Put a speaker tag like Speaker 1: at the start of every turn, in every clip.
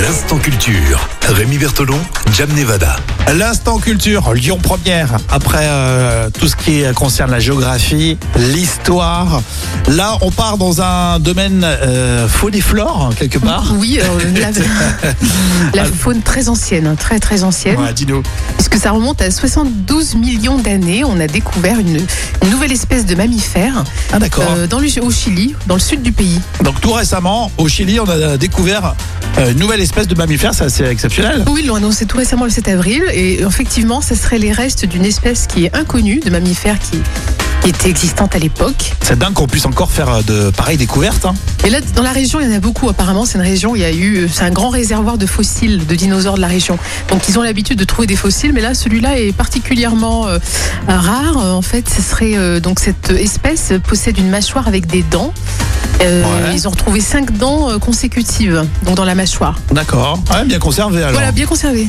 Speaker 1: L'instant culture. Rémi Bertolon, Jam Nevada.
Speaker 2: L'instant culture, Lyon première. Après euh, tout ce qui concerne la géographie, l'histoire. Là, on part dans un domaine euh, faune et flore, quelque part.
Speaker 3: Oui, euh, la, la faune très ancienne, hein, très très ancienne,
Speaker 2: Ouais, dis-nous.
Speaker 3: puisque ça remonte à 72 millions d'années. On a découvert une, une nouvelle espèce de mammifère
Speaker 2: Ah, d'accord.
Speaker 3: euh, dans le, au Chili, dans le sud du pays.
Speaker 2: Donc, tout récemment, au Chili, on a découvert euh, une nouvelle espèce de mammifère. C'est assez exceptionnel.
Speaker 3: Oui, ils l'ont annoncé tout récemment le 7 avril, et effectivement, ça serait les restes d'une espèce qui est inconnue, de mammifère qui, qui était existante à l'époque.
Speaker 2: C'est dingue qu'on puisse encore faire euh, de pareilles découvertes. hein.
Speaker 3: Et là, dans la région, il y en a beaucoup. Apparemment, c'est une région où il y a eu, euh, c'est un grand réservoir de fossiles de dinosaures de la région. Donc, ils ont l'habitude de trouver des fossiles, mais là, celui-là est particulièrement euh, rare. Euh, En fait, ce serait euh, donc cette espèce possède une mâchoire avec des dents. Euh,
Speaker 2: Ouais.
Speaker 3: Ils ont retrouvé cinq dents euh, consécutives, donc dans la mâchoire.
Speaker 2: D'accord. Ouais, bien conservé alors.
Speaker 3: Voilà, bien conservé.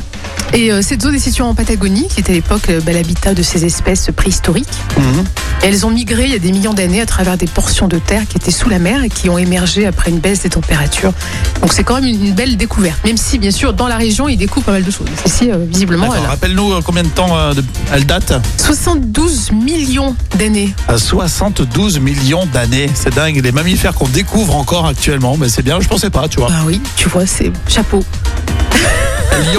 Speaker 3: Et euh, cette zone est située en Patagonie, qui était à l'époque euh, bah, l'habitat de ces espèces préhistoriques.
Speaker 2: Mhm.
Speaker 3: Elles ont migré il y a des millions d'années à travers des portions de terre qui étaient sous la mer et qui ont émergé après une baisse des températures. Donc c'est quand même une une belle découverte. Même si, bien sûr, dans la région, ils découvrent pas mal de choses. Ici, euh, visiblement,
Speaker 2: D'accord.
Speaker 3: elle a
Speaker 2: Rappelle-nous euh, combien de temps euh, de- elle date
Speaker 3: 72 millions d'années.
Speaker 2: à 72 millions d'années. C'est dingue. Les mammifères qu'on découvre encore actuellement, mais c'est bien. Je pensais pas, tu vois.
Speaker 3: Bah oui, tu vois, c'est chapeau.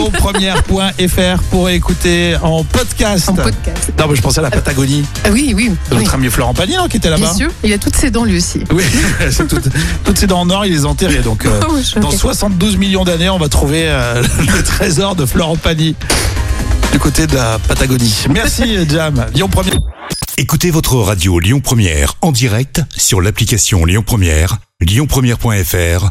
Speaker 2: lyonpremière.fr pour écouter en podcast.
Speaker 3: En podcast.
Speaker 2: Non, mais je pensais à la Patagonie.
Speaker 3: Ah oui, oui.
Speaker 2: C'est
Speaker 3: oui.
Speaker 2: Notre ami Florent Pagny non, qui était là-bas.
Speaker 3: Bien sûr, il a toutes ses dents lui aussi.
Speaker 2: Oui, c'est tout- toutes ces dents en or, il les enterrait. Donc, euh,
Speaker 3: Oh, je-
Speaker 2: dans
Speaker 3: ok.
Speaker 2: 72 millions d'années, on va trouver euh, le trésor de Florent Pagny du côté de la Patagonie. Merci, Jam. Lyon Première.
Speaker 1: Écoutez votre radio Lyon Première en direct sur l'application Lyon Première, lyonpremière.fr